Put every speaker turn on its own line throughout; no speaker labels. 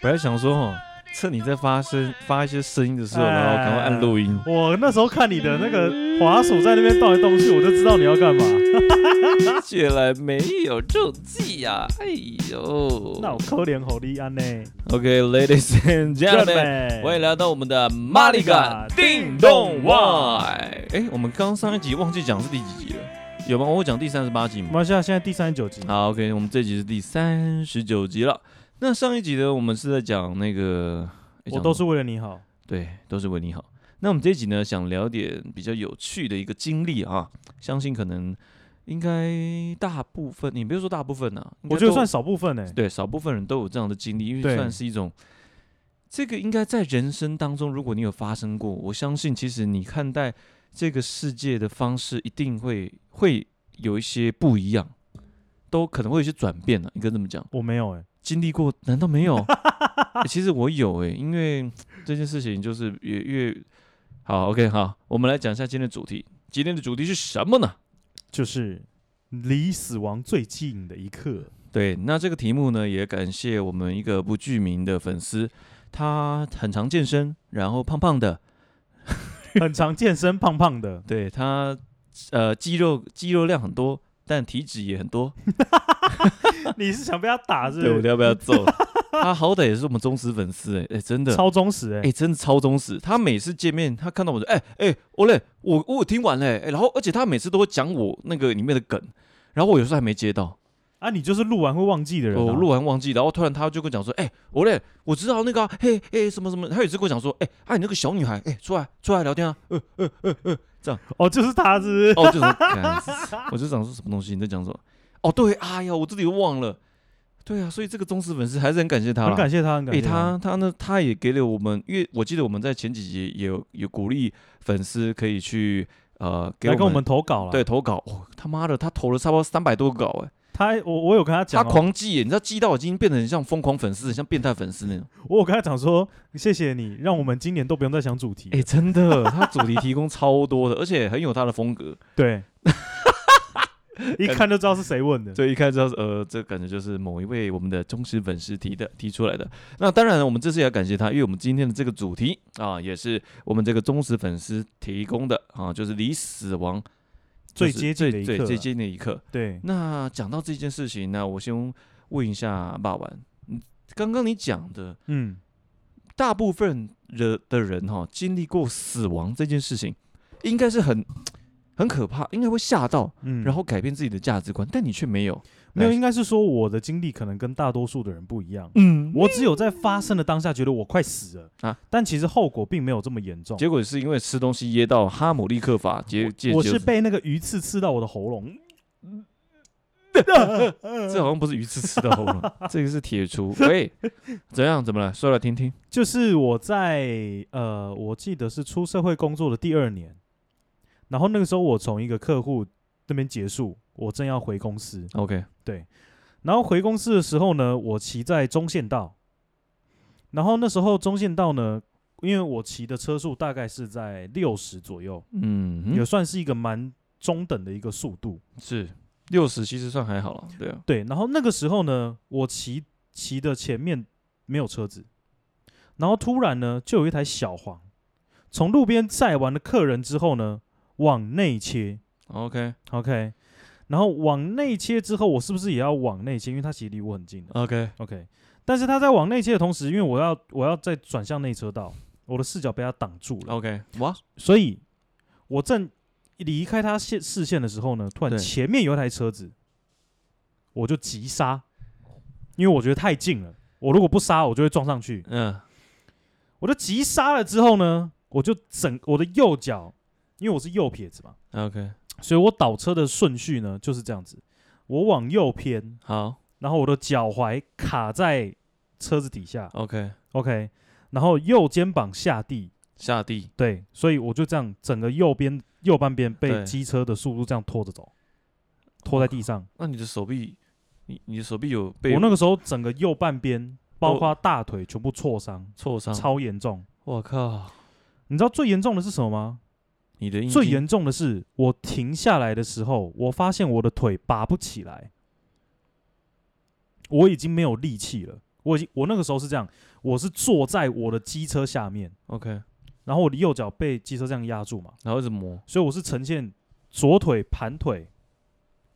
本来想说哦，趁你在发声发一些声音的时候，然后赶快按录 音。
我那时候看你的那个滑鼠在那边动来动去，我就知道你要干嘛。
嗯借来没有中计呀、哎呦
那我可怜侯利 安呢？
OK，ladies、and gentlemen，
们
欢迎来到我们的马里嘎叮咚 Y。哎，我们刚上一集忘记讲是第几集了，有吗？我讲第三十八集
我
吗？
们现在现在第三十九集，
好，OK，我们这集是第三十九集了。那上一集呢，我们是在讲那个，诶
我
讲
都
什
是为了你好。
么对，都是为你好。那我们这一集呢，想聊点比较有趣的一个经历啊，相信可能应该大部分，你不要说大部分啊，应该
我觉得
都
算少部分呢。
对，少部分人都有这样的经历，因为
对
算是一种，这个应该在人生当中，如果你有发生过，我相信其实你看待这个世界的方式一定会会有一些不一样，都可能会有一些转变啊了、应该这么讲，
我没有哎，
经历过难道没有？欸其实我有诶、因为这件事情就是越越好。OK，好，我们来讲一下今天的主题。今天的主题是什么呢？
就是离死亡最近的一刻。
对，那这个题目呢，也感谢我们一个不具名的粉丝，他很常健身，然后胖胖的，
很常健身，胖 胖的，
对他呃肌肉肌肉量很多，但体脂也很多，
你是想被他打是
对，我
不
要不要揍？他好歹也是我们忠实粉丝、欸，哎、真
是？
的，
超忠实
哎、
哎，
真的超忠实。他每次见面，他看到我就哎哎，我、嘞，我我有听完嘞、欸然后而且他每次都会讲我那个里面的梗，然后我有时候还没接到，
啊，你就是录完会忘记的人啊。
我哦录完忘记，然后突然他就跟我讲说：“哎、我嘞，我知道那个、啊，嘿，嘿，什么什么。”他有一次跟我讲说：“哎、啊，你那个小女孩，哎、出来，出来聊天啊。呃”
哦，就是他是
哦，我就想说， 干我就想说什么东西？你在讲什么？哦，对，哎呀，我自己都忘了。对啊，所以这个忠实粉丝还是很感谢
不
他
是，
啦，
很感谢他，很感
哎、
谢
他他呢，他也给了我们，因为我记得我们在前几集也有有鼓励粉丝可以去呃给
来跟
我
我们投稿了。
对，投稿。哦，他妈的，他投了差不多三百多个稿哎、
他我我有跟他
他
讲哦，
狂寄耶，你知道寄到已经变得很像疯狂粉丝，很像变态粉丝那种。
我有跟他讲说，谢谢你，让我们今年都不用再想主题。
哎、真的，他主题提供超多的，而且很有他的风格。
对， 一看就知道是谁问的。
所以一看知道，呃，这感觉就是某一位我们的忠实粉丝提的提出来的。那当然，我们这次也要感谢他，因为我们今天的这个主题啊，也是我们这个忠实粉丝提供的啊，就是离死亡
最
就是
接近的一
最
刻
最
嗯
最接近的一刻。
对，
那讲到这件事情呢，我先问一下霸王，嗯刚刚你讲的
嗯，
大部分的的人哈、经历过死亡这件事情，应该是很很可怕，应该会吓到，
嗯
然后改变自己的价值观，但你却没有。
没有，应该是说我的经历可能跟大多数的人不一样。
嗯
我只有在发生的当下觉得我快死了
啊
啊，但其实后果并没有这么严重。
结果是因为吃东西噎到哈姆立克法，结结
我
结
是被那个鱼刺刺到我的喉咙，
这好像不是鱼刺吃到喉咙， 这个是铁锄。喂，怎样？怎么了？说来听听。
就是我在呃，我记得是出社会工作的第二年，然后那个时候我从一个客户那边结束，我正要回公司，
OK，
然后回公司的时候呢，我骑在中线道，然后那时候中线道呢，因为我骑的车速大概是在六十左右，
嗯哼，
也算是一个蛮中等的一个速度。
是六十，其实算还好了。对啊，
对，然后那个时候呢，我骑骑的前面没有车子，然后突然呢，就有一台小黄从路边载完了客人之后呢，往内切
OK
，OK，然后往内切之后，我是不是也要往内切？因为它其实离我很近的
OK，
，OK。但是他在往内切的同时，因为我要我要再转向内车道，我的视角被他挡住了，
OK，哇，
所以我正离开他线视线的时候呢，突然
对
前面有一台车子，我就急刹，因为我觉得太近了，我如果不刹，我就会撞上去。
嗯，
我就急刹了之后呢，我就整我的右脚，因为我是右撇子嘛，
OK，
所以我倒车的顺序呢就是这样子，我往右偏，
好
然后我的脚踝卡在车子底下
，OK，
，OK，然后右肩膀下地，
下地，
对，所以我就这样整个右边右半边
对
被机车的速度这样拖着走，拖在地上。
那你的手臂，你你的手臂有被
我那个时候整个右半边，包
都嗯
括大腿全部挫伤，
挫伤？
超严重。
我靠，
你知道最严重的是什么吗？
你的阴
最
茎
严重的是我停下来的时候，我发现我的腿拔不起来，我已经没有力气了。我已经我那个时候是这样，我是坐在我的机车下面，
OK，
然后我的右脚被机车这样压住嘛，
然后一直磨，
所以我是呈现左腿盘腿，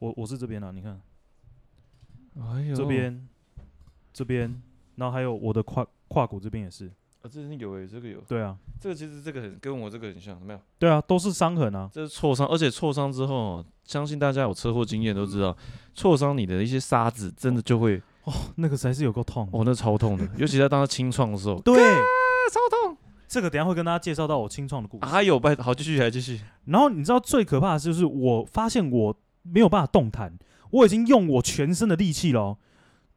我我是这边啊，你看
哎呦，
这边，这边，然后还有我的胯胯骨这边也是，
啊，这是有诶、这个有，
对啊，
这个其实这个很跟我这个很像，有没有？
对啊，都是伤痕啊，
这是挫伤，而且挫伤之后哦，相信大家有车祸经验都知道，挫伤你的一些沙子真的就会，
哦那个才是有够痛。
哦，那超痛的，尤其在当它清创的时候，
对，
超痛。
这个等一下会跟大家介绍到我清创的故事。
哎呦，拜，好，继续来继续。
然后你知道最可怕的就是，我发现我没有办法动弹，我已经用我全身的力气了哦，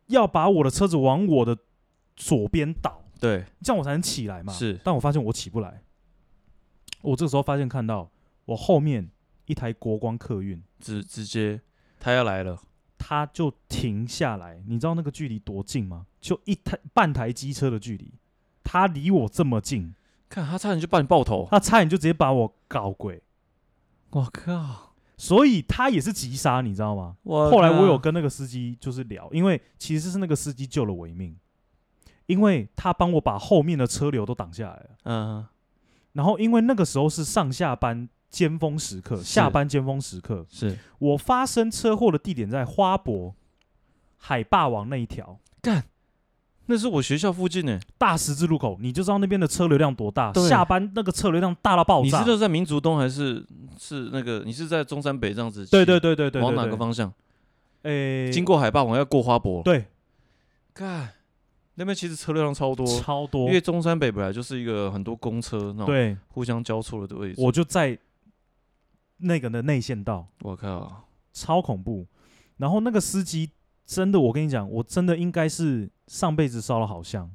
要把我的车子往我的左边倒，
对，
这样我才能起来嘛。
是
但我发现我起不来。我这个时候发现看到我后面一台国光客运，
直直接他要来了，
它就停下来，你知道那个距离多近吗？就一台半台机车的距离，它离我这么近，
看他差点就把你爆头，
它差点就直接把我搞鬼，
我靠！
所以它也是急刹，你知道吗？
我
后来我有
靠
跟那个司机就是聊，因为其实是那个司机救了我一命，因为他帮我把后面的车流都挡下来了。
嗯
然后因为那个时候是上下班尖峰时刻，
是
下班尖峰时刻，
是
我发生车祸的地点在花博海霸王那一条
那是我学校附近呢，
大十字路口，你就知道那边的车流量多大。
对
下班那个车流量大到爆
你是
炸。
就在民族东还是是那个？你是在中山北这样子骑？
对对对对对对，
往哪个
对？
方向？
诶，
经过海霸王要过花博，
对
干那边其实车流量超多，
超多
因，为中山北本来就是一个很多公车那种
对，
互相交错的位置。
我就在那个的内线道。
我靠，
超恐怖。然后那个司机真的，我跟你讲，我真的应该是上辈子烧了好香。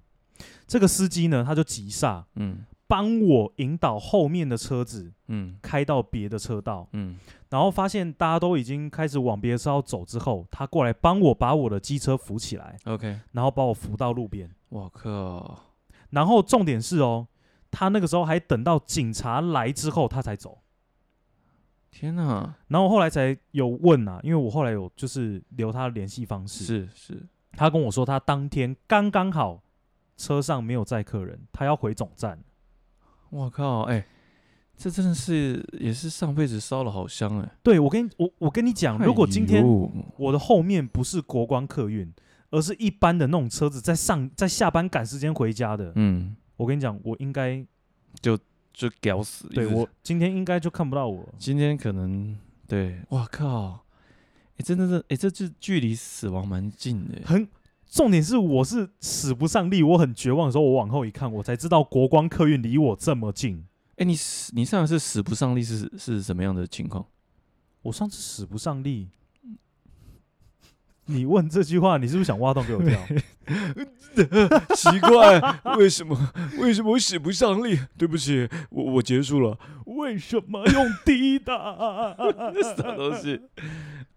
这个司机呢，他就急刹，
嗯
帮我引导后面的车子
嗯
开到别的车道，
嗯，
然后发现大家都已经开始往别的车道走之后，他过来帮我把我的机车扶起来，
OK，
然后把我扶到路边。
我靠，
然后重点是哦，他那个时候还等到警察来之后他才走。
天哪，
然后后来才有问啊，因为我后来有就是留他的联系方式，
是是，
他跟我说，他当天刚刚好车上没有载客人，他要回总站。
我靠，哎、这真的是也是上辈子烧了好香哎、
对我跟你我我跟你讲，啊如果今
哎
天
呦
我的后面不是国光客运，而是一般的那种车子在上在下班赶时间回家的，
嗯，
我跟你讲，我应该
就屌死，
对
一直
我今天应该就看不到我了。
今天可能对，我靠，哎、真的是哎、这距距离死亡蛮近的、
很重点是我是使不上力，我很绝望的时候，我往后一看，我才知道国光客运离我这么近。
哎、你死你上一次使不上力是是什么样的情况？
我上次使不上 力。你问这句话，你是不是想挖洞给我跳？
奇怪，为什么为什么我使不上力？对不起，我我结束 了。
为什么用滴 答？
什么 东西？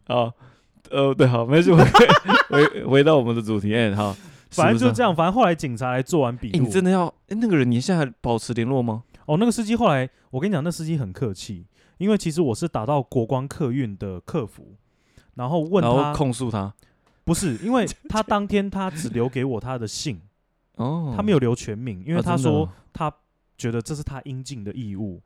好，呃，对，好，没事，回 回回到我们的主题，哎、好，
反正就这
样。
样，反正后来警察来做完笔
哎、
录。
你真的要、哎那个人，你现在还保持联络吗？
哦，那个司机后来，我跟你讲，那司机很客气，因为其实我是打到国光客运的客服，然后问
然后
他，
控诉他。
不是，因为他当天他只留给我他的姓，
哦，
他没
有，
有留全名，因为
啊
他
真的
说
哦
他觉得这是他应尽的义务，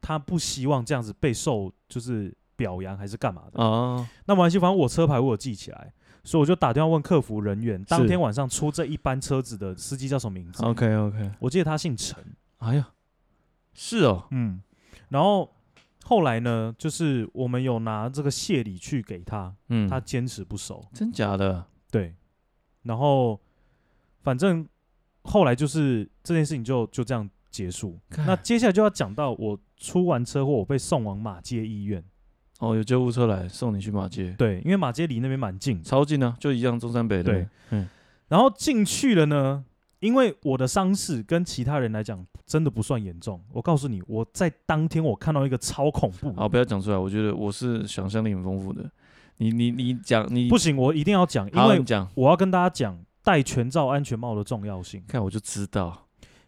他不希望这样子备受就是表扬还是干嘛的。
啊，
那没关系，反正我车牌我有记起来，所以我就打电话问客服人员，当
是
天晚上出这一班车子的司机叫什么名字？
OK OK，
我记得他姓陈，
哎呀，是哦，
嗯，然后后来呢，就是我们有拿这个谢礼去给他，
嗯，
他坚持不收，
真假的，
对，然后反正后来就是这件事情就就这样结束。
看
那接下来就要讲到我出完车祸，我被送往马街医院，
哦，有救护车来送你去马街，
对，因为马街离那边蛮近的，
超近啊，就一样中山北的，
对，然后进去了呢，因为我的伤势跟其他人来讲真的不算严重。我告诉你，我在当天我看到一个超恐怖，
好，不要讲出来，我觉得我是想象力很丰富的，你你你讲你
不，行，我一定要讲，因
好，
为
你讲，
我要跟大家讲戴全罩安全帽的重要性。
看我就知道，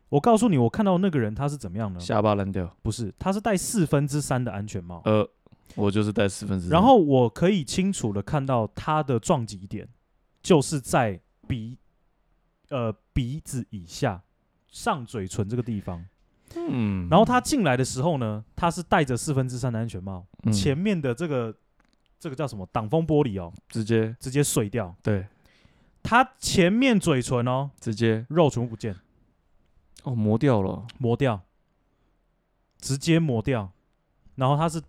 我告诉你，我看到那个人他是怎么样呢？
下巴烂掉，
不是，他是戴四分之三的安全帽，
呃，我就是戴四分之三，
然后我可以清楚的看到他的撞击点就是在鼻呃鼻子以下上嘴唇这个地方。
嗯
然后他进来的时候呢，他是戴着四分之三的安全帽，
嗯
前面的这个这个叫什么挡风玻璃哦，
直接
直接碎掉。
对，
他前面嘴唇哦，
直接
肉全部不见，
哦磨掉了，
磨掉，直接磨掉。然后他是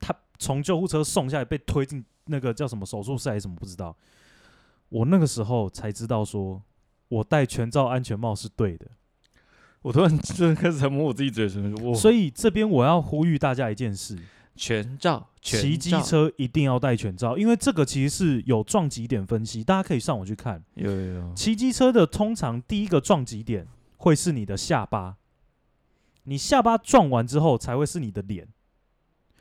他从救护车送下来，被推进那个叫什么手术室还是什么不知道。我那个时候才知道说，我戴全罩安全帽是对的。
我突 然真的开始在摸我自己嘴唇，我
所以这边我要呼吁大家一件事：
全罩全
骑机
罩
车一定要戴全罩，因为这个其实是有撞击点分析，大家可以上网去看。
有有有，
骑机车的通常第一个撞击点会是你的下巴，你下巴撞完之后才会是你的脸，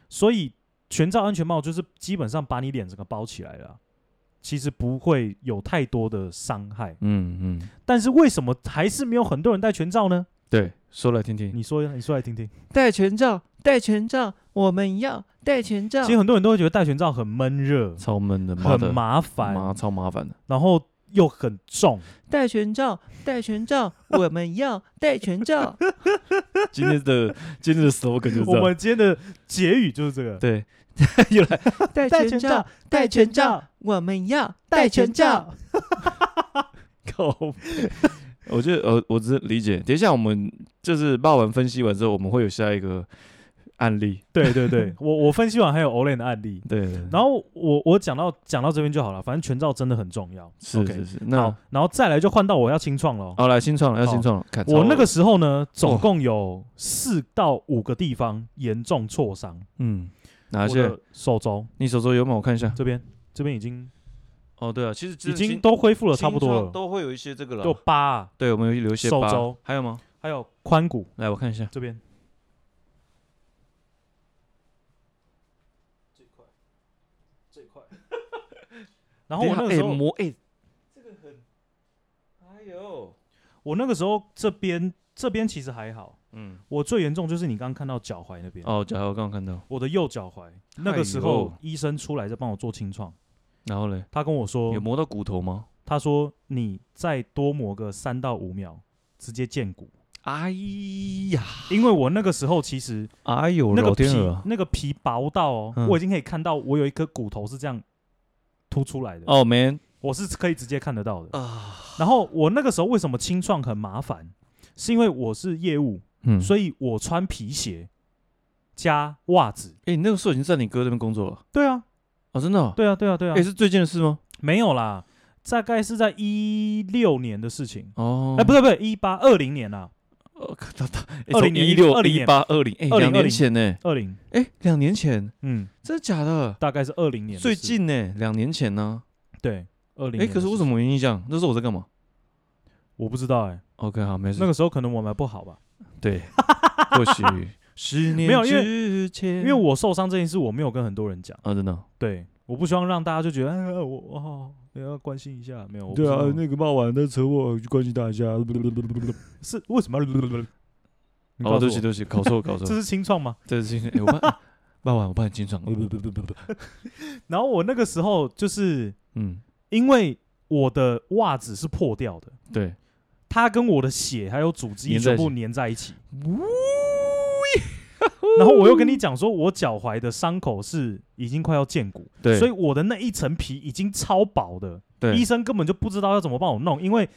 所以全罩安全帽就是基本上把你脸整个包起来了啊，其实不会有太多的伤害。
嗯嗯，
但是为什么还是没有很多人戴全罩呢？
对，说来听听，
你说，你说来听听。
戴全罩戴全罩，我们要戴全罩
其实很多人都会觉得戴全罩很闷热、
超闷的，妈的
很麻烦，
麻超麻烦的，
然后又很重。
戴全罩戴全罩，我们要戴全罩。今天的今天的 slogan 就是这
我
样
们今天的结语就是这个：
对，又来戴全罩，戴全罩，，我们要戴全 罩。，靠背！我觉得呃，我只是理解。等一下我们就是骂完分析完之后，我们会有下一个案例。
对对对，我我分析完还有 Olen 的案例，
对，对
然后我我讲到讲到这边就好了，反正全照真的很重要。
是
OK，
是是，
好
那，
然后再来就换到我要清创了哦。
好来新创了，要新
好
创了。看
我
超
那个时候呢，总
哦
共有四到五个地方严重挫伤，
嗯，哪
我
些？
的手肘
你手中有吗？我看一下。
这边这边已经
哦，对啊，其实
已经都恢复了差不多了，
都会有一些这个
就
了。
疤啊，
对，我们有留一些
手
疤
肘
还有吗？
还有髋骨
来，我看一下。
这边。这块，这块。 然后我那
等
个
一下
时
哎
候，
磨哎，这个很，哎呦，
我那个时候这边这边其实还好，
嗯，
我最严重就是你刚刚看到脚踝那边，
哦，脚我刚刚看到，
我的右脚踝，那个时
哎
候
呦
医生出来在帮我做清创，
然后嘞，
他跟我说
有，磨到骨头吗？
他说你再多磨个三到五秒，直接见骨，
哎呀，
因为我那个时候其实
哎呦，
那个
老
皮
天鹅啊！
那个皮薄到哦，
嗯
我已经可以看到我有一颗骨头是这样凸出来的，
哦，man，
我是可以直接看得到的。
啊，
然后我那个时候为什么清创很麻烦，是因为我是业务，
嗯，
所以我穿皮鞋加袜子。
哎，你那个时候已经在你哥那边工作了
对啊，
哦，真的哦？
对啊，对啊，对啊
哎，，是最近的事吗？
没有啦，大概是在一六年的事情。
哦，
哎，不
是，
对不对，一八二零年啊，20年
一六、
20
一
年
八、二零，哎，
20
两年前呢？
二零，
哎，两年前，
嗯，
真的假的？
大概是二零年的
最
事
近呢？两年前呢？
对二零。
哎，可是我怎
么
么没印象？那时候我在干嘛
我不知道哎？
？OK，好，没事
那。个时候可能我们还不好吧，
对，或许十年
没有因为
之前，
因为我受伤这件事我没有跟很多人讲，
啊，真的哦，
对，我不希望让大家就觉得哎我我好你要关心一下，没有，我不
对啊
知道，
那个骂完的车祸就关心大 家。
是为什么要？你告诉
哦对不起
我
对不起，搞错搞
这
错，
是清创吗？
这是今天哎 我爸爸完我爸很清爽，
然后我那个时候就是
嗯，
因为我的袜子是破掉的，
对，
它跟我的血还有组织液
粘在
全
一起
部粘在一起。 然后我又跟你讲说，我脚踝的伤口是已经快要见骨，
对
所以我的那一层皮已经超薄的，
对
医生根本就不知道要怎么帮我弄，因为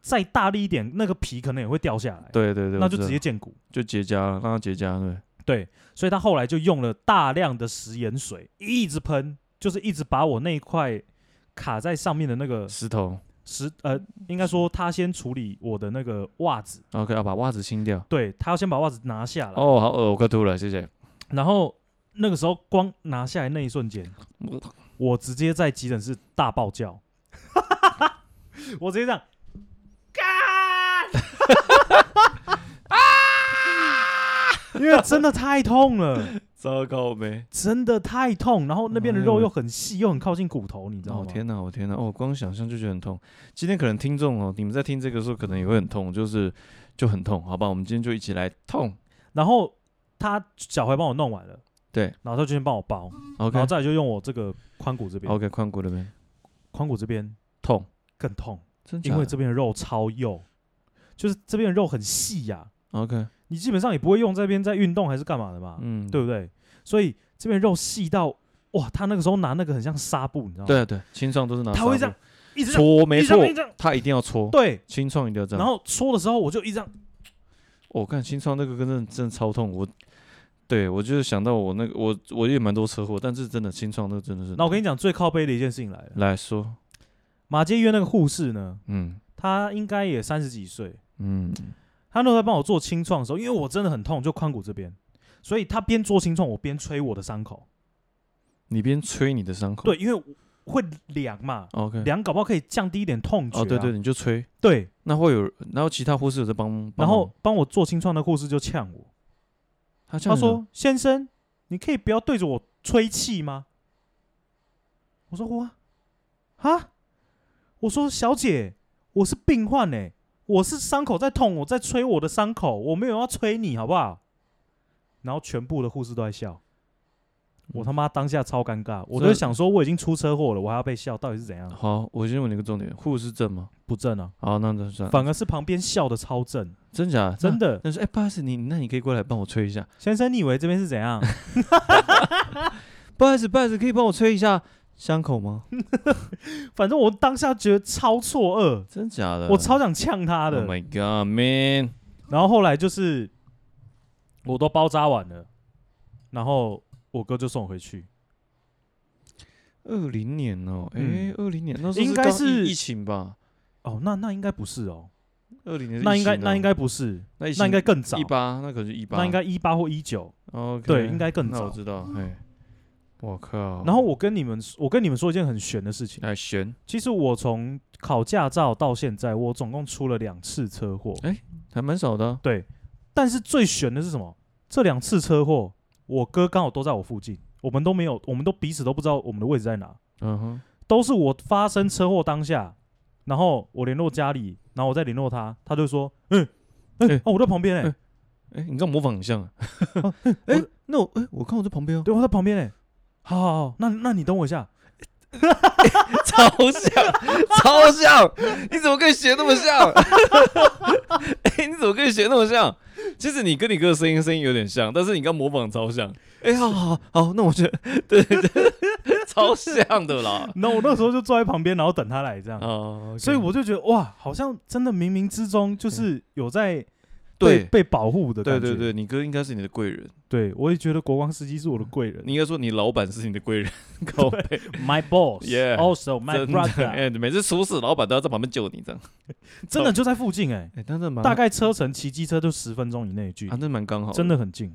再大力一点，那个皮可能也会掉下来，
对对对，
那
我
就
知
直
道
接见骨。
就结痂了，让他结痂，对，
对，所以他后来就用了大量的食盐水，一直喷，就是一直把我那一块卡在上面的那个
石头
石呃，应该说他先处理我的那个袜子，
，OK，要把啊袜子清掉。
对他要先把袜子拿下来，
哦，好饿，我快吐了，谢 谢。
然后那个时候光拿下来那一瞬间，我直接在急诊室大爆叫， 我直接这样， 干啊 因为真的太痛了，
糟糕没？
真的太痛，然后那边的
哎
肉
呦
又很细，又很靠近骨头，你知道
哦
吗？
天哪，我天哪，哦，光想象就觉得很痛。今天可能听众哦，你们在听这个时候可能也会很痛，就是就很痛，好吧？我们今天就一起来痛。
然后他脚踝帮我弄完了，
对，
然后他就先帮我包，然后
OK，OK，
再来就用我这个髋骨这边，
髋骨那边
髋骨这边
痛，
更痛，
真假的？
因为这边的肉超幼，就是这边的肉很细呀、
OK，
你基本上也不会用这边在运动还是干嘛的嘛，
嗯，
对不对？所以这边肉细到哇，他那个时候拿那个很像纱布，你知道吗？
对啊对，清创都是拿
他会这
纱
样一
布
直这样
搓，没
一直这
错
样，一直这样，
他一定要搓，
对。
清创一定要这样。
然后搓的时候，我就一直这样，
我看清创那个真的真的超痛，我对我就是想到我那个我我也蛮多车祸，但是真的清创那个真的是。
那我跟你讲最靠背的一件事情来了。
来说，
马街医院那个护士呢，
嗯
她应该也三十几岁，
嗯
她那时候在帮我做清创的时候，因为我真的很痛，就髋骨这边，所以她边做清创，我边吹我的伤口。
你边吹你的伤口，
对，因为我会凉嘛，
，OK，
凉搞不好可以降低一点痛觉啊、
哦对对，你就吹，
对，
那会有，然后其他护士有在帮，帮
然
忙
后帮我做清创的护士就呛我，
他这
他
样子
说：“先生，你可以不要对着我吹气吗？”我说：“我啊，我说小姐，我是病患呢、我是伤口在痛，我在吹我的伤口，我没有要吹你，好不好？”然后全部的护士都在笑，我他妈当下超尴尬，我就
这
想说我已经出车祸了，我还要被笑，到底是怎样？
好，我先问你一个重点，护士证吗？
啊不正啊，
好，那那算了，
反而是旁边笑的超 正，
真假的
真。的，
但是哎，不好意思，你那你可以过来帮我吹一下，
先生，你以为这边是怎样？
不好意思，不好意思，可以帮我吹一下伤口吗？
嗯反正我当下觉得超错愕，
真假的？
我超想呛他的
Oh。my god, man！
然后后来就是我都包扎完了，然后我哥就送我回去。
二零年哦，哎
嗯，
二零年那时候
应该
刚
是
疫疫情吧？
哦，那那应该不是哦，
二零年是
那
疫
应该
情
那
哦
应该不是，
那疫
那
情
应该更早
一，八，那可是一八，
那应该一八或一九。
OK，
对应该更
那我
早嗯
知道，嘿，我靠！
然后我跟你们我跟你们说一件很悬的事情，
哎悬，
其实我从考驾照到现在，我总共出了两次车祸。
哎还蛮少的啊，
对，但是最悬的是什么？这两次车祸，我哥刚好都在我附近，我们都没有，我们都彼此都不知道我们的位置在哪。
嗯哼，
都是我发生车祸当下，然后我联络家里，然后我再联络他，他就说，嗯，哎、
哎
哦，我在旁边哎、
哎哎，你刚模仿很像啊
哦，
哎
我，
那我哎，我看我在旁边哦，
对，我在旁边哎、好好好，那那你等我一下，
超像，超像！你怎么可以学那么像？ 哎、你怎么可以学那么像？其实你跟你哥的声音声音有点像，但是你刚模仿超像。哎、好好好，那我觉得对 对对，超像的啦。
然后我那时候就坐在旁边，然后等他来这样，
哦，OK 嗯
所以我就觉得哇，好像真的冥冥之中就是有在被
对
被保护的
对
感觉，
对对，你哥应该是你的贵人，
对，我也觉得国光司机是我的 贵人
你应该说你老板是你的贵人， 靠背
，My boss
Yeah，
also my
真的。哎、
brother，
每次出事，老板都要在旁边救你这样。
真的就在附近哎、
哎、但是蛮
大概车程骑机车就十分钟以内的距离
啊，。那蛮刚好，
真
的。
的很近。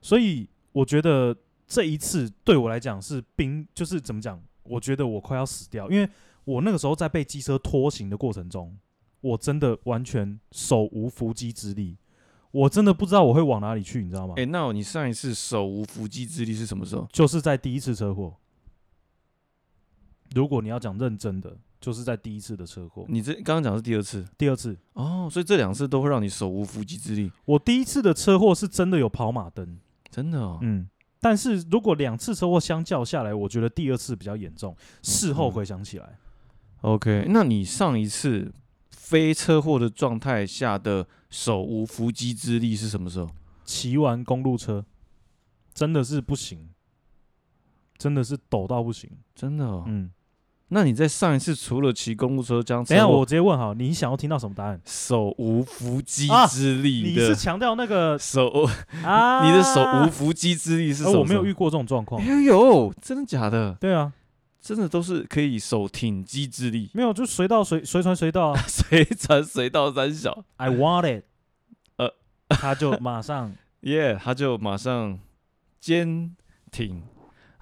所以我觉得这一次对我来讲是冰，就是怎么讲？我觉得我快要死掉，因为我那个时候在被机车拖行的过程中，我真的完全手无缚鸡之力，我真的不知道我会往哪里去，你知道吗？
哎、那你上一次手无缚鸡之力是什么时候？
就是在第一次车祸。如果你要讲认真的，就是在第一次的车祸，
你这刚刚讲的是第二次。
第二次。
哦，所以这两次都会让你手无缚鸡之力，
我第一次的车祸是真的有跑马灯，
真的哦。
嗯，但是如果两次车祸相较下来，我觉得第二次比较严重。
嗯
事后回想起来，
OK，那你上一次非车祸的状态下的手无缚鸡之力是什么时候？
骑完公路车真的是不行，真的是抖到不行。
真的哦。
嗯，
那你在上一次除了骑公路车这样，
等一下我直接问好，你想要听到什么答案？
手无缚鸡
啊
之
你
力的、
是强调那个
手，
啊？
你的手无缚鸡之力是什
呃
么时候？
我没有遇过这种 状况。
哎呦，真的假的？
对啊，
真的都是可以手挺鸡之力，
没有，就随到随随传随到啊
随传随到三小。
，I want it，
呃，
他就马上
耶、他就马上坚挺。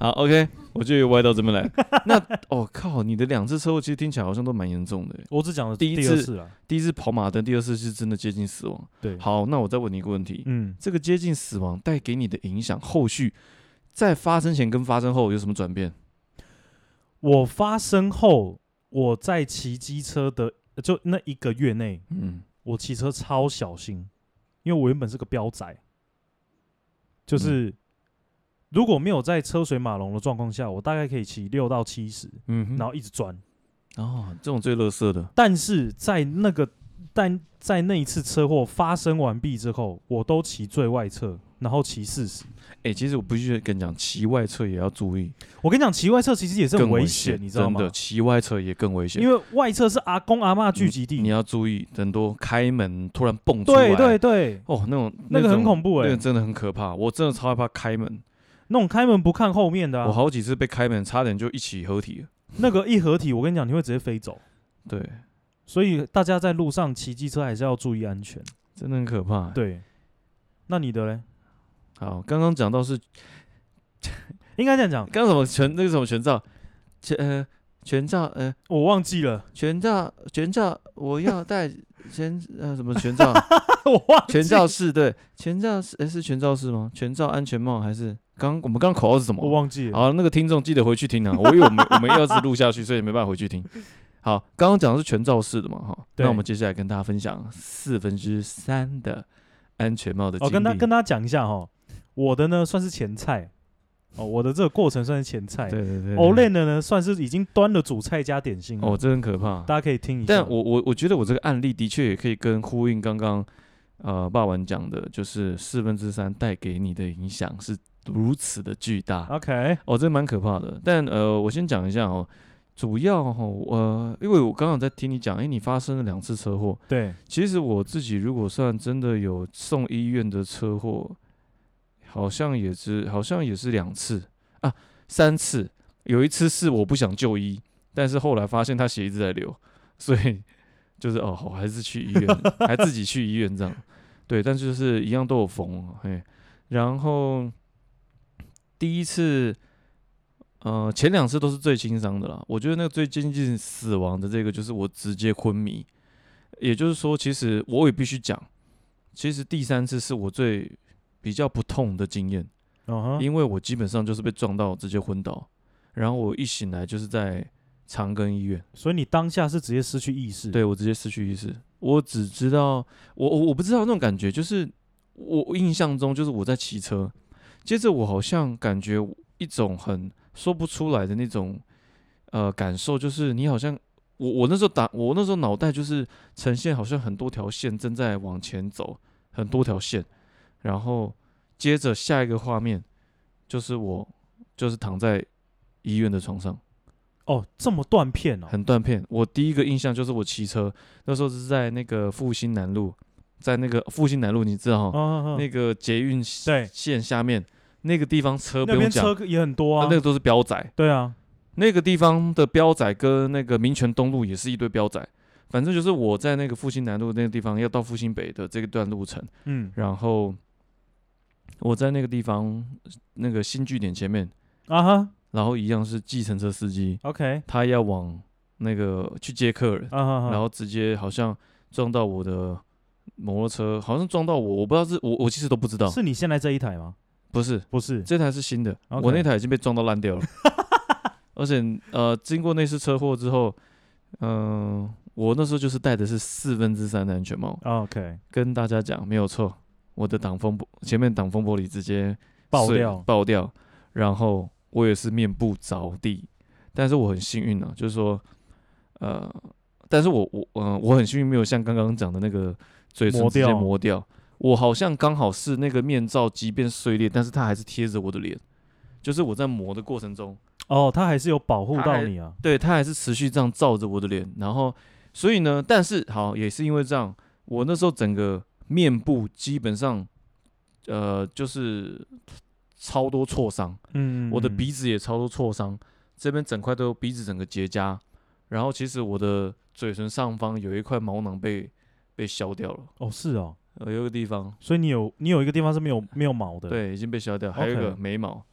好，OK，我就歪到这边来。那我、哦、靠，你的两次车祸其实听起来好像都蛮严重的耶。
我只讲 了
第一
第二
次
次了。
第一次跑马灯，第二次是真的接近死亡。
对，，
好，那我再问你一个问题：
嗯，
这个接近死亡带给你的影响，后续在发生前跟发生后有什么转变？
我发生后，我在骑机车的就那一个月内，
嗯，
我骑车超小心，因为我原本是个飙仔，
嗯
就是、如果没有在车水马龙的状况下，我大概可以骑六到七十，
嗯哼
然后一直钻，
哦，这种最乐色的，
但是在那个但在那一次车祸发生完毕之后，我都骑最外侧，然后骑四十。
哎、其实我必须跟你讲，骑外侧也要注意，
我跟你讲，骑外侧其实也是很
更
危
险，
你知道
真
吗
的，？骑外侧也更危险，
因为外侧是阿公阿嬷聚集
嗯你
地，
要注意，很多开门突然蹦出来，
对对对，
哦，那种
那个很恐怖
怖
哎、
那个真的很可怕，我真的超害怕开门，
那种开门不看后面的、
我
啊，
好几次被开门，差点就一起合体了。
那个一合体，我跟你讲，你会直接飞走。
对，
所以大家在路上骑机车还是要注意安全。
真的很可怕。，
对，那你的嘞？
好，刚刚讲到是
应该这样讲，
刚刚什么全那个什么全照，全呃全照呃
我忘记了，
全照全照，我要带全呃什么全照
我忘记
全罩式对全罩式、呃是全罩式吗？全罩安全帽还是刚我们刚口号是什么？
我忘记了。
好，那个听众记得回去听啊！我以为 我们我们要是录下去，所以没办法回去听。好，刚刚讲的是全罩式的嘛，哈。
对
那我们接下来跟大家分享四分之三的安全帽的经
哦，
历。
跟他跟他讲一下哈，我的呢算是前菜，哦，我的这个过程算是前菜。
对对对
o l e n 的呢算是已经端了主菜加点心了，
哦，这很可怕。
大家可以听一下。
但我我我觉得我这个案例的确也可以跟呼应刚刚呃霸王讲的，就是四分之三带给你的影响是如此的巨大。
啊 OK，
哦，这蛮可怕的。但呃，我先讲一下哦，主要哦，呃，因为我刚刚在听你讲，诶，你发生了两次车祸，
对，
其实我自己如果算真的有送医院的车祸，好像也是好像也是两次啊，三次。有一次是我不想就医，但是后来发现他血一直在流，所以 就是哦，好还是去医院，还自己去医院这样。对，但就是一样都有缝，哦嘿。然后第一次，呃，前两次都是最轻伤的啦。我觉得那个最接近死亡的这个，就是我直接昏迷。也就是说，其实我也必须讲，其实第三次是我最比较不痛的经验，
嗯哼，
因为我基本上就是被撞到直接昏倒，然后我一醒来就是在长庚医院，
所以你当下是直接失去意识。，
对我直接失去意识，我只知道我我我不知道那种感觉，就是我我印象中就是我在骑车，接着我好像感觉一种很说不出来的那种呃感受，就是你好像我我那时候打我那时候脑袋就是呈现好像很多条线正在往前走，很多条线，然后接着下一个画面就是我就是躺在医院的床上。
哦，这么断片哦，
很断片。我第一个印象就是我骑车，那时候是在那个复兴南路，在那个复兴南路，你知道哈、
嗯嗯
那
嗯，
个捷运
对
线下面那个地方车不
那
用
边
讲，
车也很多
那
啊。
那个都是标仔，
对啊，
那个地方的标仔跟那个民权东路也是一堆标仔。反正就是我在那个复兴南路那个地方要到复兴北的这个段路程，
嗯
然后我在那个地方那个新据点前面，
啊哈
然后一样是计程车司机，
，OK，
他要往那个去接客人，
啊哈哈，
然后直接好像撞到我的摩托车，好像撞到我，我不知道是我，我其实都不知道，
是你现在这一台吗？
不是
不是，
这台是新的
OK
我那台已经被撞到烂 掉了，而且呃，经过那次车祸之后，嗯、我那时候就是戴的是四分之三的安全帽，
哦 OK，
跟大家讲没有错，我的挡风玻前面挡风玻璃直接
爆
碎
掉
爆掉，然后我也是面部着地，但是我很幸运啊，就是说，呃，但是我我嗯、呃，我很幸运没有像刚刚讲的那个嘴唇
磨
直接
掉
磨掉，我好像刚好是那个面罩，即便碎裂，但是它还是贴着我的脸，就是我在磨的过程中，
哦，它还是有保护
它
到
还
你啊。
对它还是持续这样照着我的脸，然后所以呢，但是好也是因为这样，我那时候整个面部基本上呃就是超多挫伤，
嗯，
我的
嗯
鼻子也超多挫伤，这边整块都有鼻子整个结痂，然后其实我的嘴唇上方有一块毛囊被被削掉了，
哦是哦，
呃，有一个地方
所以你有你有一个地方是没有没有毛的。，
对已经被削掉，还有一个
OK
眉毛，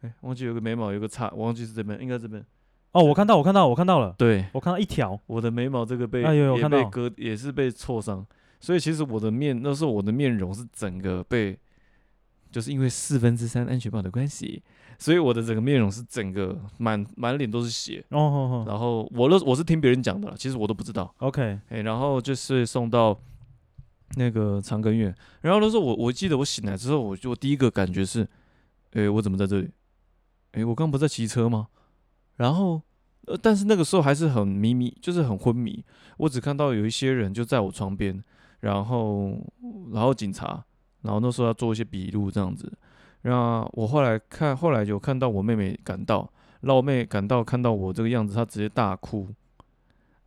哎、忘记有个眉毛有个叉，忘记是这边，应该这边，
哦，我看到我看到我看到了，
对，
我看到一条。
我的眉毛这个被、
哎呦有
也
看
被
到
割，也是被挫伤，所以其实我的面那时候我的面容是整个被，就是因为四分之三安全帽的关系，所以我的整个面容是整个满满脸都是血，
哦哦哦
然后我那我是听别人讲的啦，其实我都不知道，
，OK，
哎、然后就是送到那个长庚院，然后那时候我我记得我醒来之后，我就我第一个感觉是，哎、我怎么在这里？哎、我刚不在骑车吗？然后呃，但是那个时候还是很迷迷，就是很昏迷。我只看到有一些人就在我床边，然后然后警察，然后那时候要做一些笔录这样子。那我后来看，后来有看到我妹妹赶到，让我妹赶到看到我这个样子，她直接大哭。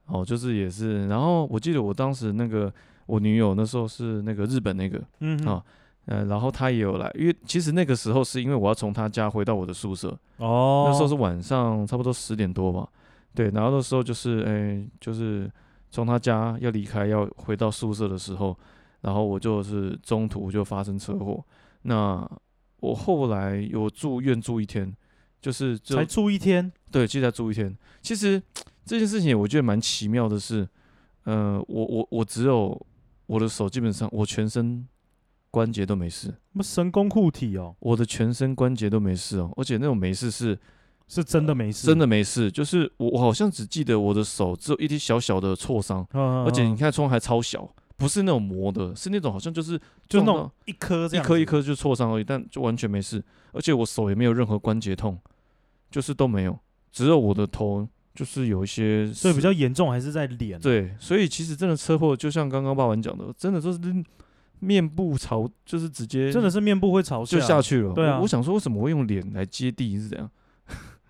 哦，就是也是，然后我记得我当时那个我女友那时候是那个日本那个，
嗯
啊呃，然后她也有来，因为其实那个时候是因为我要从她家回到我的宿舍，
哦，
那时候是晚上差不多十点多吧，对，然后那时候就是，哎、就是从他家要离开，要回到宿舍的时候，然后我就是中途就发生车祸，那我后来有住院住一天，就是就
才住一天，
对，其实才住一天。其实这件事情我觉得蛮奇妙的是，呃，我我我只有我的手基本上我全身关节都没事，
那神功护体哦，
我的全身关节都没事哦，而且那种没事是。
是真的没事，
真的没事，就是我我好像只记得我的手只有一滴小小的挫伤，
嗯，嗯，
而且你
嗯
看窗还超小，不是那种磨的，是那种好像就是
就
撞
那
到
种一颗这
一
样，
颗一，颗就挫伤而已，但就完全没事，而且我手也没有任何关节痛，就是都没有，只有我的头就是有一些
所以比
较
较严重还是在脸，，
对，所以其实真的车祸就像刚刚爸爸讲的，真的就是面部朝就是直接
真的是面部会朝
就下去了，
对啊
我我想说为什么会用脸来接地是怎样？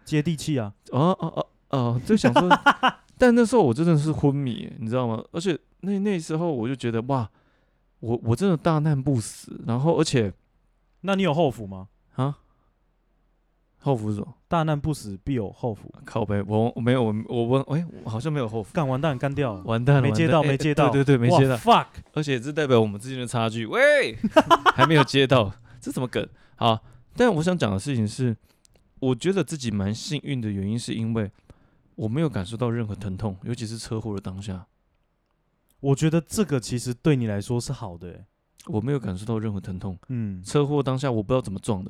接地气啊，
啊啊啊啊！就想 说，但那时候我真的是昏迷，你知道吗？而且那那时候我就觉得哇，我我真的大难不死。然后而且
那你有后福吗？
啊，后福是什么？
大难不死必有后福，
靠背，我我没有，我我问，哎、我好像没有后福，
干完蛋干掉了，
完蛋了，
没
完
接
蛋
到
哎
没
哎
接到
对对对，没接
哇
到，
，fuck，
而且这代表我们之间的差距。喂， 还没有接到，这什么梗？好，但我想讲的事情是，我觉得自己蛮幸运的原因是因为我没有感受到任何疼痛，尤其是车祸的当下。
我觉得这个其实对你来说是好的、欸，
我没有感受到任何疼痛。
嗯，
车祸当下我不知道怎么撞的，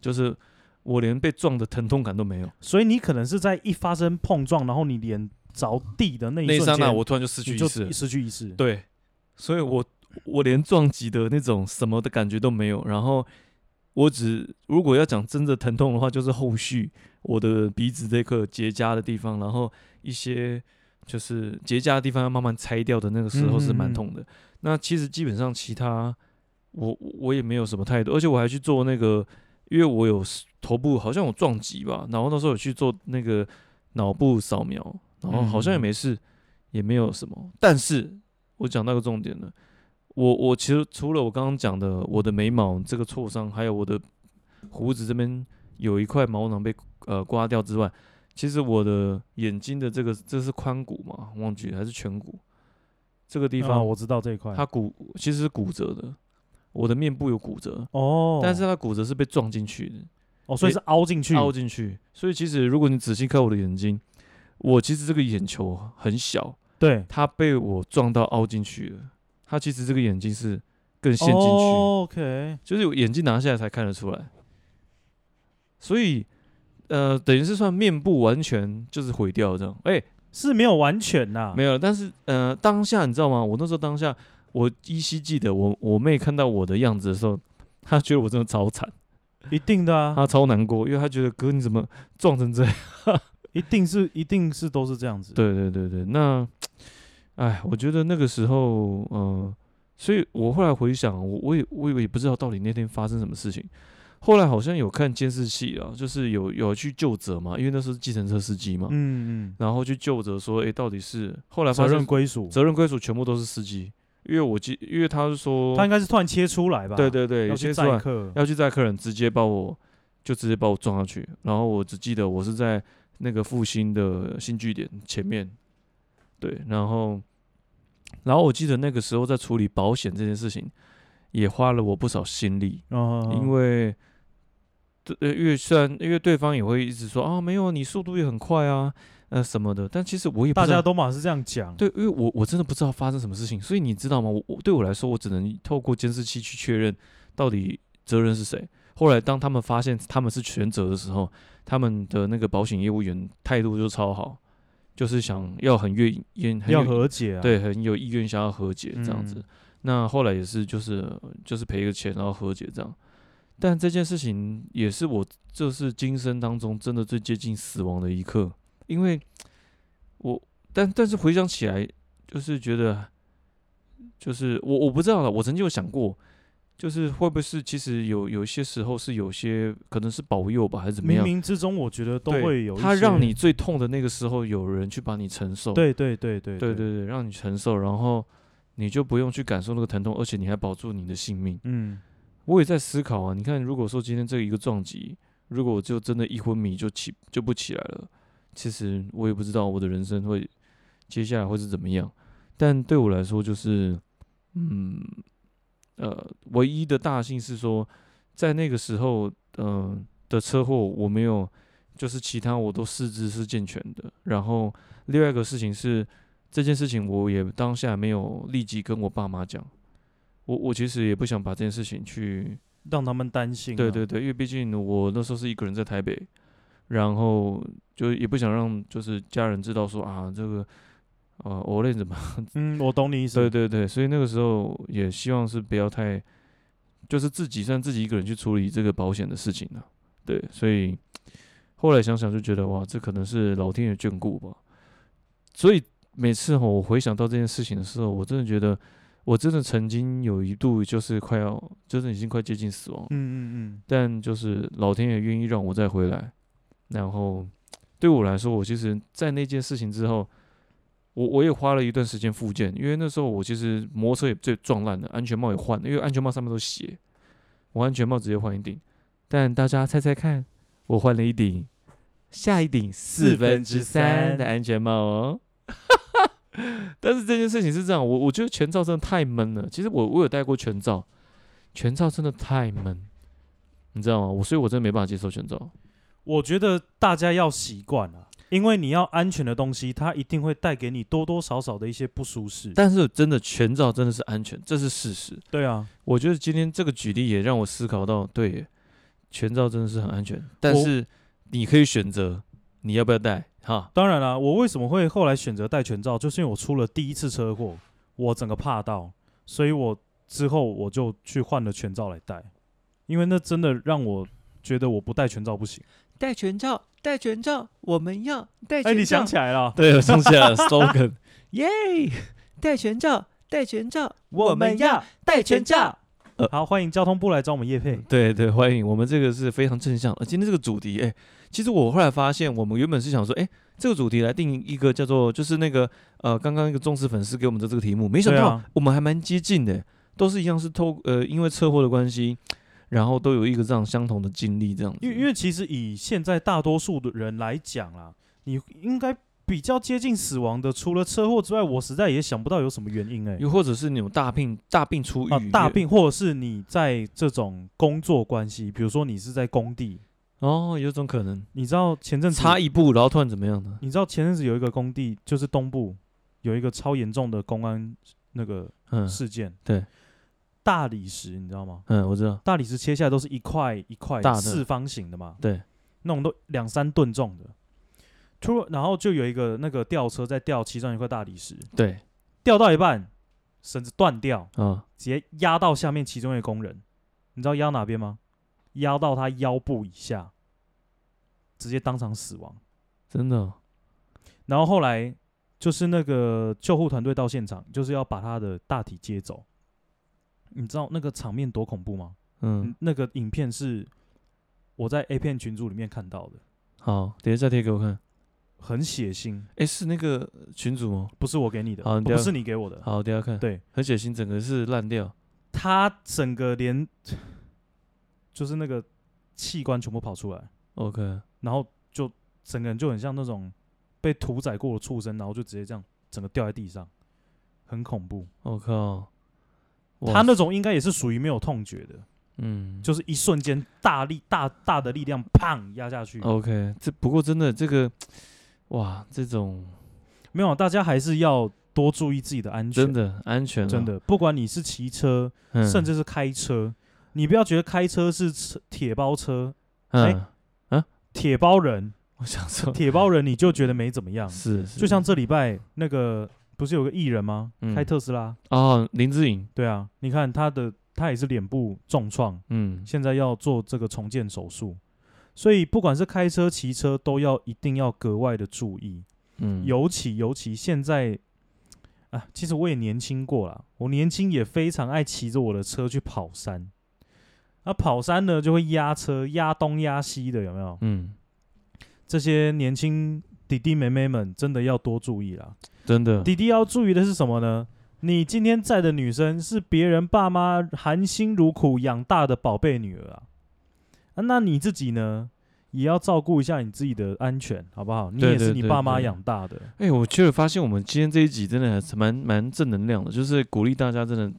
就是我连被撞的疼痛感都没有。
所以你可能是在一发生碰撞，然后你脸着地的那一
那一
瞬
刹
间，
那，啊我突然就失去
你
意
就
识了。
失去意识，
对，所以我我连撞击的那种什么的感觉都没有。然后我只如果要讲真的疼痛的话，就是后续我的鼻子这颗结痂的地方，然后一些就是结痂的地方要慢慢拆掉的那个时候是
嗯嗯嗯
蛮痛的。那其实基本上其他我我也没有什么太多，而且我还去做那个，因为我有 s- 头部好像有撞击吧，然后那时候有去做那个脑部扫描，然后好像也
嗯
没事，也没有什么。但是我讲到个重点了，我我其实除了我刚刚讲的我的眉毛这个挫伤，还有我的胡子这边有一块毛囊被呃刮掉之外，其实我的眼睛的这个这是髋骨嘛，忘记了还是颧骨这个地
地
方，
哦啊我知道这一块，
它骨其实是骨折的，我的面部有骨折，
哦，
但是它骨折是被撞进去的，
哦，所以是凹进去，
凹进去。所以其实如果你仔细看我的眼睛，我其实这个眼球很小，
对，
它被我撞到凹进去了。它其实这个眼睛是更陷进去，
哦 OK，
就是我眼睛拿下来才看得出来。所以，呃，等于是算面部完全就是毁掉这样。哎、
是没有完全呐、
没有，但是呃，当下你知道吗？我那时候当下，我依稀记得我我妹看到我的样子的时候，她觉得我真的超惨，
一定的啊，
她超难过，因为她觉得哥你怎么撞成这样？
一定是一定是都是这样子，，
对对对对，那，哎，我觉得那个时候，呃，所以我后来回想，我我也我也不知道到底那天发生什么事情。后来好像有看监视器啊，就是有有去救责嘛，因为那时候是计程车司机嘛，
嗯嗯，
然后去救责说，诶，到底是后来
责
发
任
现
归属，
责任归属全部都是司机，因为我记，因为他是说，
他应该是突然切出来吧，
对，对对，
要
有
去
些
载
算
客，
要去载客人，直接把我就直接把我撞上去，然后我只记得我是在那个复兴的新据点前面，对，然后然后我记得那个时候在处理保险这件事情，也花了我不少心力，
嗯，
因为。对呃，因为虽然因为对方也会一直说啊，没有啊，你速度也很快啊，呃什么的，但其实我也不
大
知道
家都嘛是这样讲，
对，因为我我真的不知道发生什么事情，所以你知道吗？我我对我来说，我只能透过监视器去确认到底责任是谁。后来当他们发现他们是全责的时候，他们的那个保险业务员态度就超好，就是想要很愿意愿很
要
有
和解啊，，
对很有意愿想要和解这样子。
嗯
那后来也是就是就是赔个钱然后和解这样，但这件事情也是我这是今生当中真的最接近死亡的一刻因为我但但是回想起来，就是觉得，就是我我不知道了，我曾经有想过，就是会不会是其实有有一些时候是有些可能是保佑吧，还是怎么
冥
样？
冥之中，我觉得都
对
会有一
他让
些
你最痛的那个时候，有人去帮你承受，
对对对对
对对对，让你承受，然后你就不用去感受那个疼痛，而且你还保住你的性命。
嗯，
我也在思考啊，你看，如果说今天这一个撞击，如果我就真的一昏迷就起就不起来了，其实我也不知道我的人生会接下来会是怎么样。但对我来说，就是嗯呃，唯一的大幸是说，在那个时候，嗯、的车祸我没有，就是其他我都四肢是健全的。然后另外一个事情是，这件事情我也当下没有立即跟我爸妈讲。我我其实也不想把这件事情去，
让他们担心啊。
对对对，因为毕竟我那时候是一个人在台北，然后就也不想让就是家人知道说啊这个，呃，我累怎么，
嗯，我懂你意思。
对对对，所以那个时候也希望是不要太，就是自己算自己一个人去处理这个保险的事情了、对，所以后来想想就觉得哇，这可能是老天爷眷顾吧，所以每次吼我回想到这件事情的时候，我真的觉得。我真的曾经有一度就是快要，就是已经快接近死亡了，
嗯嗯
但就是老天爷愿意让我再回来，然后对我来说，我其实，在那件事情之后，我我也花了一段时间复健，因为那时候我其实摩托车也最撞烂了，安全帽也换了，因为安全帽上面都是血，我安全帽直接换一顶，但大家猜猜看，我换了一顶下一顶四分之三的安全帽哦。 但是这件事情是这样，我我觉得全罩真的太闷了。其实我我有戴过全罩，全罩真的太闷，你知道吗？我所以，我真的没办法接受全罩。
嗯，我觉得大家要习惯了，因为你要安全的东西，它一定会带给你多多少少的一些不舒适。
但是真的全罩真的是安全，这是事实。
对啊，
我觉得今天这个举例也让我思考到，对耶，全罩真的是很安全，但
我
是你可以选择你要不要戴哈。
当然啦，我为什么会后来选择戴全罩，就是因为我出了第一次车祸，我整个怕到，所以我之后我就去换了全罩来戴，因为那真的让我觉得我不戴全罩不行。
戴全罩，戴全罩，我们要戴
哎、你想起来了，
对，我想起来了 slogan，耶！戴全罩，戴全罩，我们要戴全罩。
好，欢迎交通部来找我们叶配。
对对，欢迎我们这个是非常正向。呃，今天这个主题，哎，其实我后来发现，我们原本是想说，哎，这个主题来定一个叫做，就是那个呃，刚刚那个忠实粉丝给我们的这个题目，没想
对
到
啊
我们还蛮接近的，都是一样是透呃，因为车祸的关系，然后都有一个这样相同的经历，这样子。
因为因为其实以现在大多数的人来讲啦，你应该比较接近死亡的，除了车祸之外，我实在也想不到有什么原因哎、
又或者是那种大病大病初愈、
啊，大病或者是你在这种工作关系，比如说你是在工地，
哦，有种可能
你知道前阵子
差一步，然后突然怎么样呢？
你知道前阵子有一个工地，就是东部有一个超严重的公安那个
嗯
事件，
对，
大理石你知道吗？
嗯，我知道，
大理石切下来都是一块一块
大的
四方形的嘛，
对，
那种都两三吨重的。突然，然后就有一个那个吊车在吊其中一块大理石，
对，
吊到一半，绳子断掉，
啊、
直接压到下面其中一个工人。你知道压到哪边吗？压到他腰部以下，直接当场死亡。
真的哦、
然后后来就是那个救护团队到现场，就是要把他的大体接走。你知道那个场面多恐怖吗？
嗯
嗯，，那个影片是我在 A 片群组里面看到的，
好，等一下再贴给我看。
很血腥，
哎，是那个群主吗？
不是我给你的，
好你
不
等下
是你给我的。
好，等一下看。
对
很血腥，整个是烂掉。
他整个连就是那个器官全部跑出来，
OK，
然后就整个人就很像那种被屠宰过的畜生，然后就直接这样整个掉在地上，很恐怖。
我、靠，哇
他那种应该也是属于没有痛觉的。
嗯，
就是一瞬间大力大大的力量，砰压下去。
OK，这不过真的这个，哇，这种
没有，啊大家还是要多注意自己的安全。
真的安全了，
真的，不管你是骑车，
嗯，
甚至是开车，你不要觉得开车是车铁包车、
嗯，
哎铁包人、
我想说，
铁包人，你就觉得没怎么样。
是是，
就像这礼拜那个不是有个艺人吗？
嗯
开特斯拉，
哦，林志颖，
对啊，你看他的他也是脸部重创，
嗯
现在要做这个重建手术，所以不管是开车、骑车，都要一定要格外的注意。
嗯，
尤其尤其现在啊，其实我也年轻过啦，我年轻也非常爱骑着我的车去跑山。那、跑山呢，就会压车，压东压西的，有没有？
嗯，
这些年轻弟弟妹妹们真的要多注意啦。
真的，
弟弟要注意的是什么呢？你今天载的女生是别人爸妈含辛茹苦养大的宝贝女儿啊，啊那你自己呢，也要照顾一下你自己的安全，好不好？你
对
也是
对
你
对
爸妈
对
养大的，
哎、我确实发现我们今天这一集真的还是蛮蛮正能量的，就是鼓励大家真的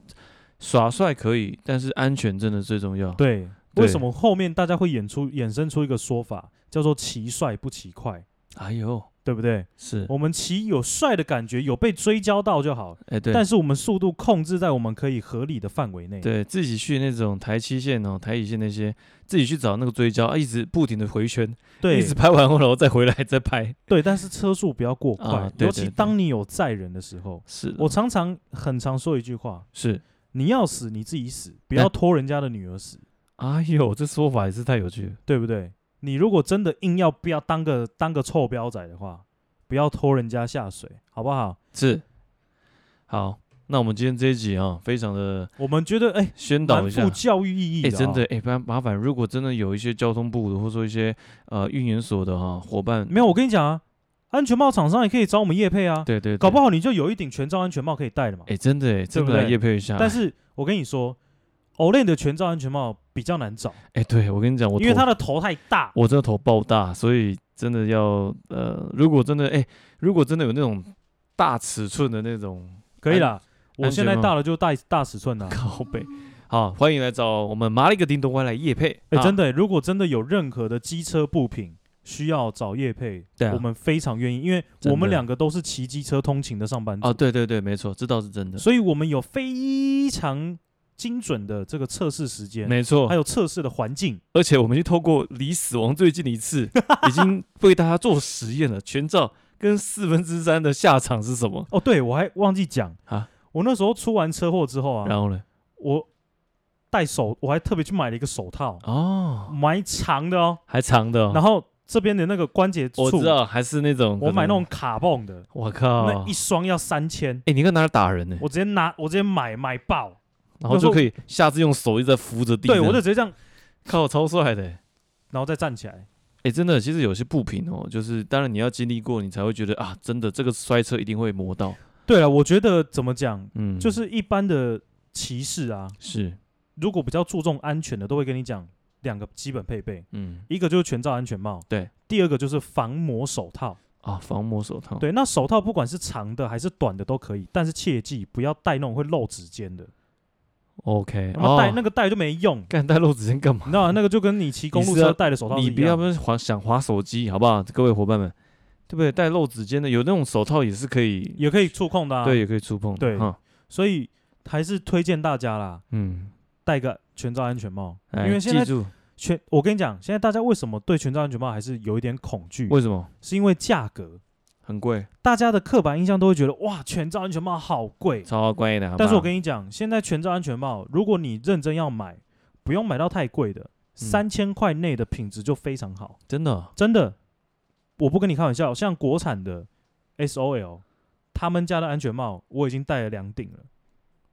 耍帅可以，但是安全真的最重要。，
对，
对
为什么后面大家会演出衍生出一个说法，叫做“骑帅不骑快
哎呦，”，
对不对？
是，
我们骑有帅的感觉，有被追焦到就好，
哎、对，
但是我们速度控制在我们可以合理的范围内。
对自己去那种台七线哦、台乙线那些，自己去找那个追焦，啊、一直不停的回圈，一
对
直拍完后然后再回来再拍。
对，但是车速不要过快，
啊对
尤其
对对嗯
当你有载人的时候。
是的，
我常常很常说一句话：
是，
你要死你自己死，不要
那
拖人家的女儿死，
哎呦，这说法也是太有趣了。
对不对？你如果真的硬要不要当个当个臭婊仔的话，不要拖人家下水，好不好？
是，好，那我们今天这一集啊、非常的
我们觉得哎，
宣导
蛮
一下
富。教育意义
哎、
的、啊哦
真的，，哎、不然麻烦，如果真的有一些交通部的，或者说一些呃运研所的哈、伙伴，
没有，我跟你讲啊，安全帽厂商也可以找我们叶配啊，
对对
搞不
好，
好你就有一顶全罩安全帽可以戴了嘛。
哎、真的、哎，真
不
的来
对
夜配一下。
但，是我跟你说，Olay 的全罩安全帽比较难找，
哎、对我跟你讲，我
因为
头
它的头太大。
我真的头爆大，所以真的要呃，如果真的哎、如果真的有那种大尺寸的那种
可以啦，我
安全
现在
帽
大了就大大尺寸了、啊。
靠 背，好，欢迎来找我们麻利个叮咚歪来夜配。
哎、真
的，
的、如果真的有任何的机车部品需要找叶配，
对啊
我们非常愿意，因为
真的
我们两个都是骑机车通勤的上班族，
哦，对对对，没错，这倒是真的，
所以我们有非常精准的这个测试时间，
没错
还。有测试的环境。
而且我们就透过离死亡最近的一 次，已经为大家做实验了，全照跟四分之三的下场是 什么？
哦，对，我还忘记讲
啊
我那时候出完车祸之后
然
啊，
后呢？
我戴手，我还特别去买了一个手套，
哦，
买长的哦，
还长的、哦，
然后这边的那个关节处，
我知道，哦还是那种
我买那种，卡泵的，
我靠，
那一双要三千，
哎、你看拿来打人呢、
我直接拿，我直接买买爆。
然后就可以下次用手一直在扶着地这
对
样。
我就直接这样，
靠，超帅的欸、
然后再站起来。
哎、真的，其实有些不平哦，就是当然你要经历过，你才会觉得啊，真的这个摔车一定会磨到。
对了，我觉得怎么讲，
嗯，
就是一般的骑士啊，
是，
如果比较注重安全的，都会跟你讲两个基本配备，
嗯，
一个就是全罩安全帽，
对，
第二个就是防磨手套。
啊，防磨手套，，
对，那手套不管是长的还是短的都可以，但是切记不要戴那种会露指尖的，
，OK，
那么戴、
哦
那个戴就没用。
干带露指针干嘛？
你知道吗那个就跟你骑公路
你是要
车戴的手套是
你
一
不要
样
不
的。
是滑想滑手机，好不好？各位伙伴们，对不对？带露指尖的，有那种手套也是可以，
也可以触控的啊。
对，，也可以触碰的，
对
哈，
所以还是推荐大家啦，
嗯，
戴个全罩安全帽，因
哎
为现在
记住
全，我跟你讲，现在大家为什么对全罩安全帽还是有一点恐惧？
为什么
是因为价格，
很贵，
大家的刻板印象都会觉得哇，全罩安全帽好贵。
超贵的。好不
但是
好
我跟你讲，现在全罩安全帽，如果你认真要买，不用买到太贵的，三千块内的品质就非常好，
真的哦
真的，我不跟你开玩笑。像国产的 S O L，他们家的安全帽我已经戴了两顶了，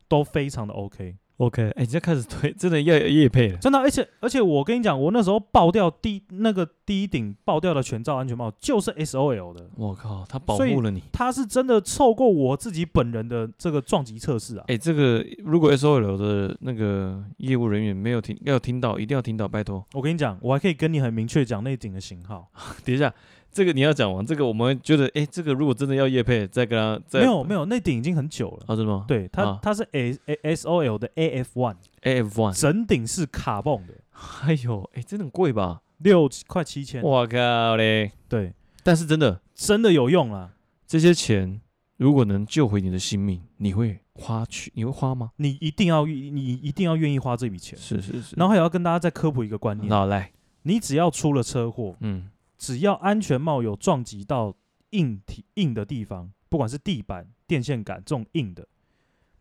都非常的 OK，
OK，哎，你这开始推，真的要夜配了。
真的。而且而且我跟你讲，我那时候爆掉第那个第一顶爆掉的全罩安全帽就是 S O L 的，
我靠，他保
所以
护了你。
他是真的透过我自己本人的这个撞击测试啊。
哎、这个如果 SOL 的那个业务人员没有听，要听到，一定要听到，拜托。
我跟你讲，我还可以跟你很明确讲那顶的型号，
等一下，这个你要讲完，这个我们觉得，哎、这个如果真的要业配，再跟他再
没有没
有
有，那顶已经很久了。
啊，真的吗？
对，它
啊
它是 A S O L 的 A F One，
，AF 哎 One，
整顶是卡泵的，
哎呦，哎、真的很贵吧？
六快七千，
我靠嘞！
对，
但是真的，
真的有用啊啦。
这些钱如果能救回你的性命，你会花去？你会花吗？
你一定要你一定要愿意花这笔钱。
是是是。
然后还要跟大家再科普一个观念，
老来，
你只要出了车祸，
嗯，
只要安全帽有撞击到硬体硬的地方，不管是地板、电线杆这种硬的，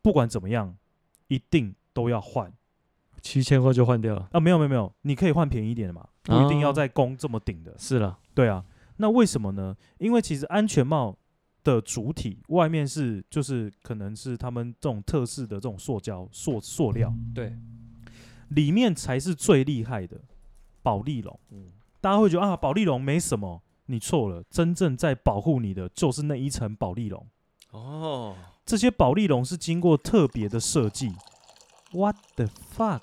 不管怎么样，一定都要换。
七千块就换掉了。
啊，没有没有没有，你可以换便宜一点的嘛，不
啊
一定要在供这么顶的。
是了，
对啊，那为什么呢？因为其实安全帽的主体外面是就是可能是他们这种特制的这种塑胶塑塑料，
对，
里面才是最厉害的保利龙。
嗯
大家会觉得啊，保利龙没什么，你错了，真正在保护你的就是那一层保利龙。
哦，
这些保利龙是经过特别的设计。What the fuck？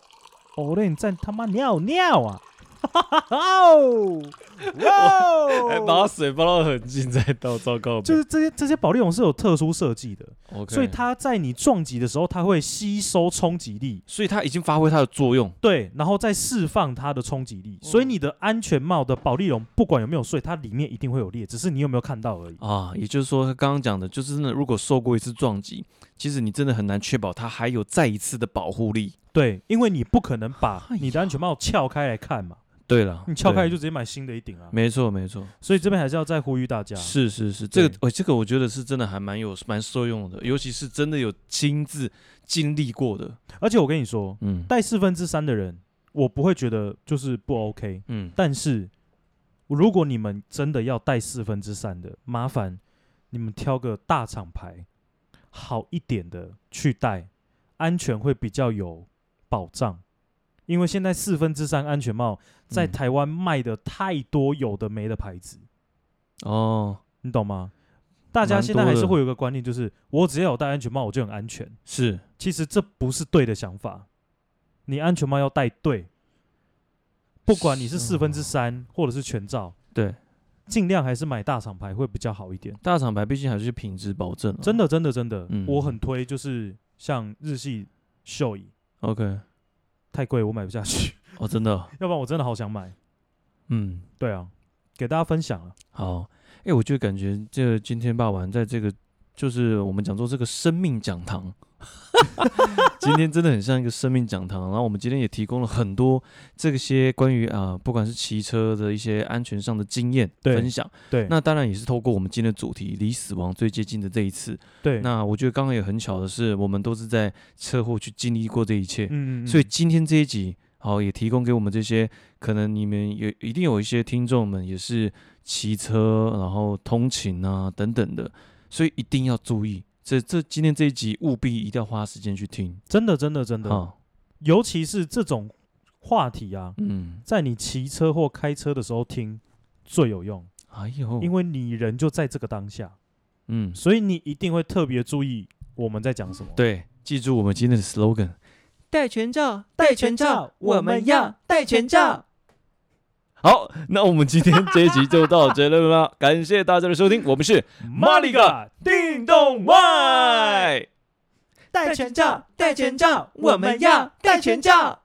哦，那你在他妈尿尿啊！ 哈哈哦哈！
还
哇
哎把
哦！
水包到很近再倒，糟糕吧，
就是这些这些保利龙是有特殊设计的，
OK，
所以它在你撞击的时候，它会吸收冲击力，
所以它已经发挥它的作用，
对，然后再释放它的冲击力。
哦
所以你的安全帽的保利龙不管有没有碎，它里面一定会有裂，只是你有没有看到而已。
啊，也就是说，他刚刚讲的，就是真的，如果受过一次撞击，其实你真的很难确保它还有再一次的保护力。
对，因为你不可能把
哎呀
你的安全帽撬开来看嘛，
对了，
你撬开来就
对
直接买新的一顶啊。
没错，没错，
所以这边还是要再呼吁大家，
是是是，这个
对
呃、这个我觉得是真的还蛮有蛮受用的，尤其是真的有亲自经历过的，
而且我跟你说，
嗯
戴四分之三的人，我不会觉得就是不 OK，
嗯，
但是如果你们真的要戴四分之三的，麻烦你们挑个大厂牌好一点的去戴，安全会比较有保障。因为现在四分之三安全帽在
嗯
台湾卖的太多有的没的牌子，
哦，
你懂吗？大家
蛮
现在
多
还是
的
会有一个观念，就是我只要有戴安全帽，我就很安全。
是
其实这不是对的想法。你安全帽要戴对，不管你是
是啊
四分之三或者是全罩，
对，
尽量还是买大厂牌会比较好一点。
大厂牌毕竟还是品质保证、啊，
真的，真的，真的，
嗯
我很推，就是像日系秀椅，
OK，
太贵我买不下去，
哦，真的，
要不然我真的好想买。
嗯，
对啊，给大家分享啊，
好，哎、我就感觉这今天霸王在这个就是我们讲说这个生命讲堂， 今天真的很像一个生命讲堂。然后我们今天也提供了很多这些关于啊、不管是骑车的一些安全上的经验
对
分享。
对
那当然也是透过我们今天的主题离死亡最接近的这一次。
对，
那我觉得刚刚也很巧的是，我们都是在车祸去经历过这一切。
嗯嗯，嗯
所以今天这一集，好也提供给我们这些可能你们有一定有一些听众们也是骑车，然后通勤啊等等的，所以一定要注意。这这今天这一集务必一定要花时间去听。
真的，真的，真的，
好，
尤其是这种话题啊，
嗯，
在你骑车或开车的时候听最有用，
哎呦，
因
为
为你人就在这个当下。
嗯，
所以你一定会特别注意我们在讲什么。
对，记住我们今天的 slogan。戴全罩，戴全罩，我们要戴全罩。好，那我们今天这一集就到这里了，感谢大家的收听，我们是
马里嘎
叮咚外。
戴全罩，戴全罩，我们要戴全罩。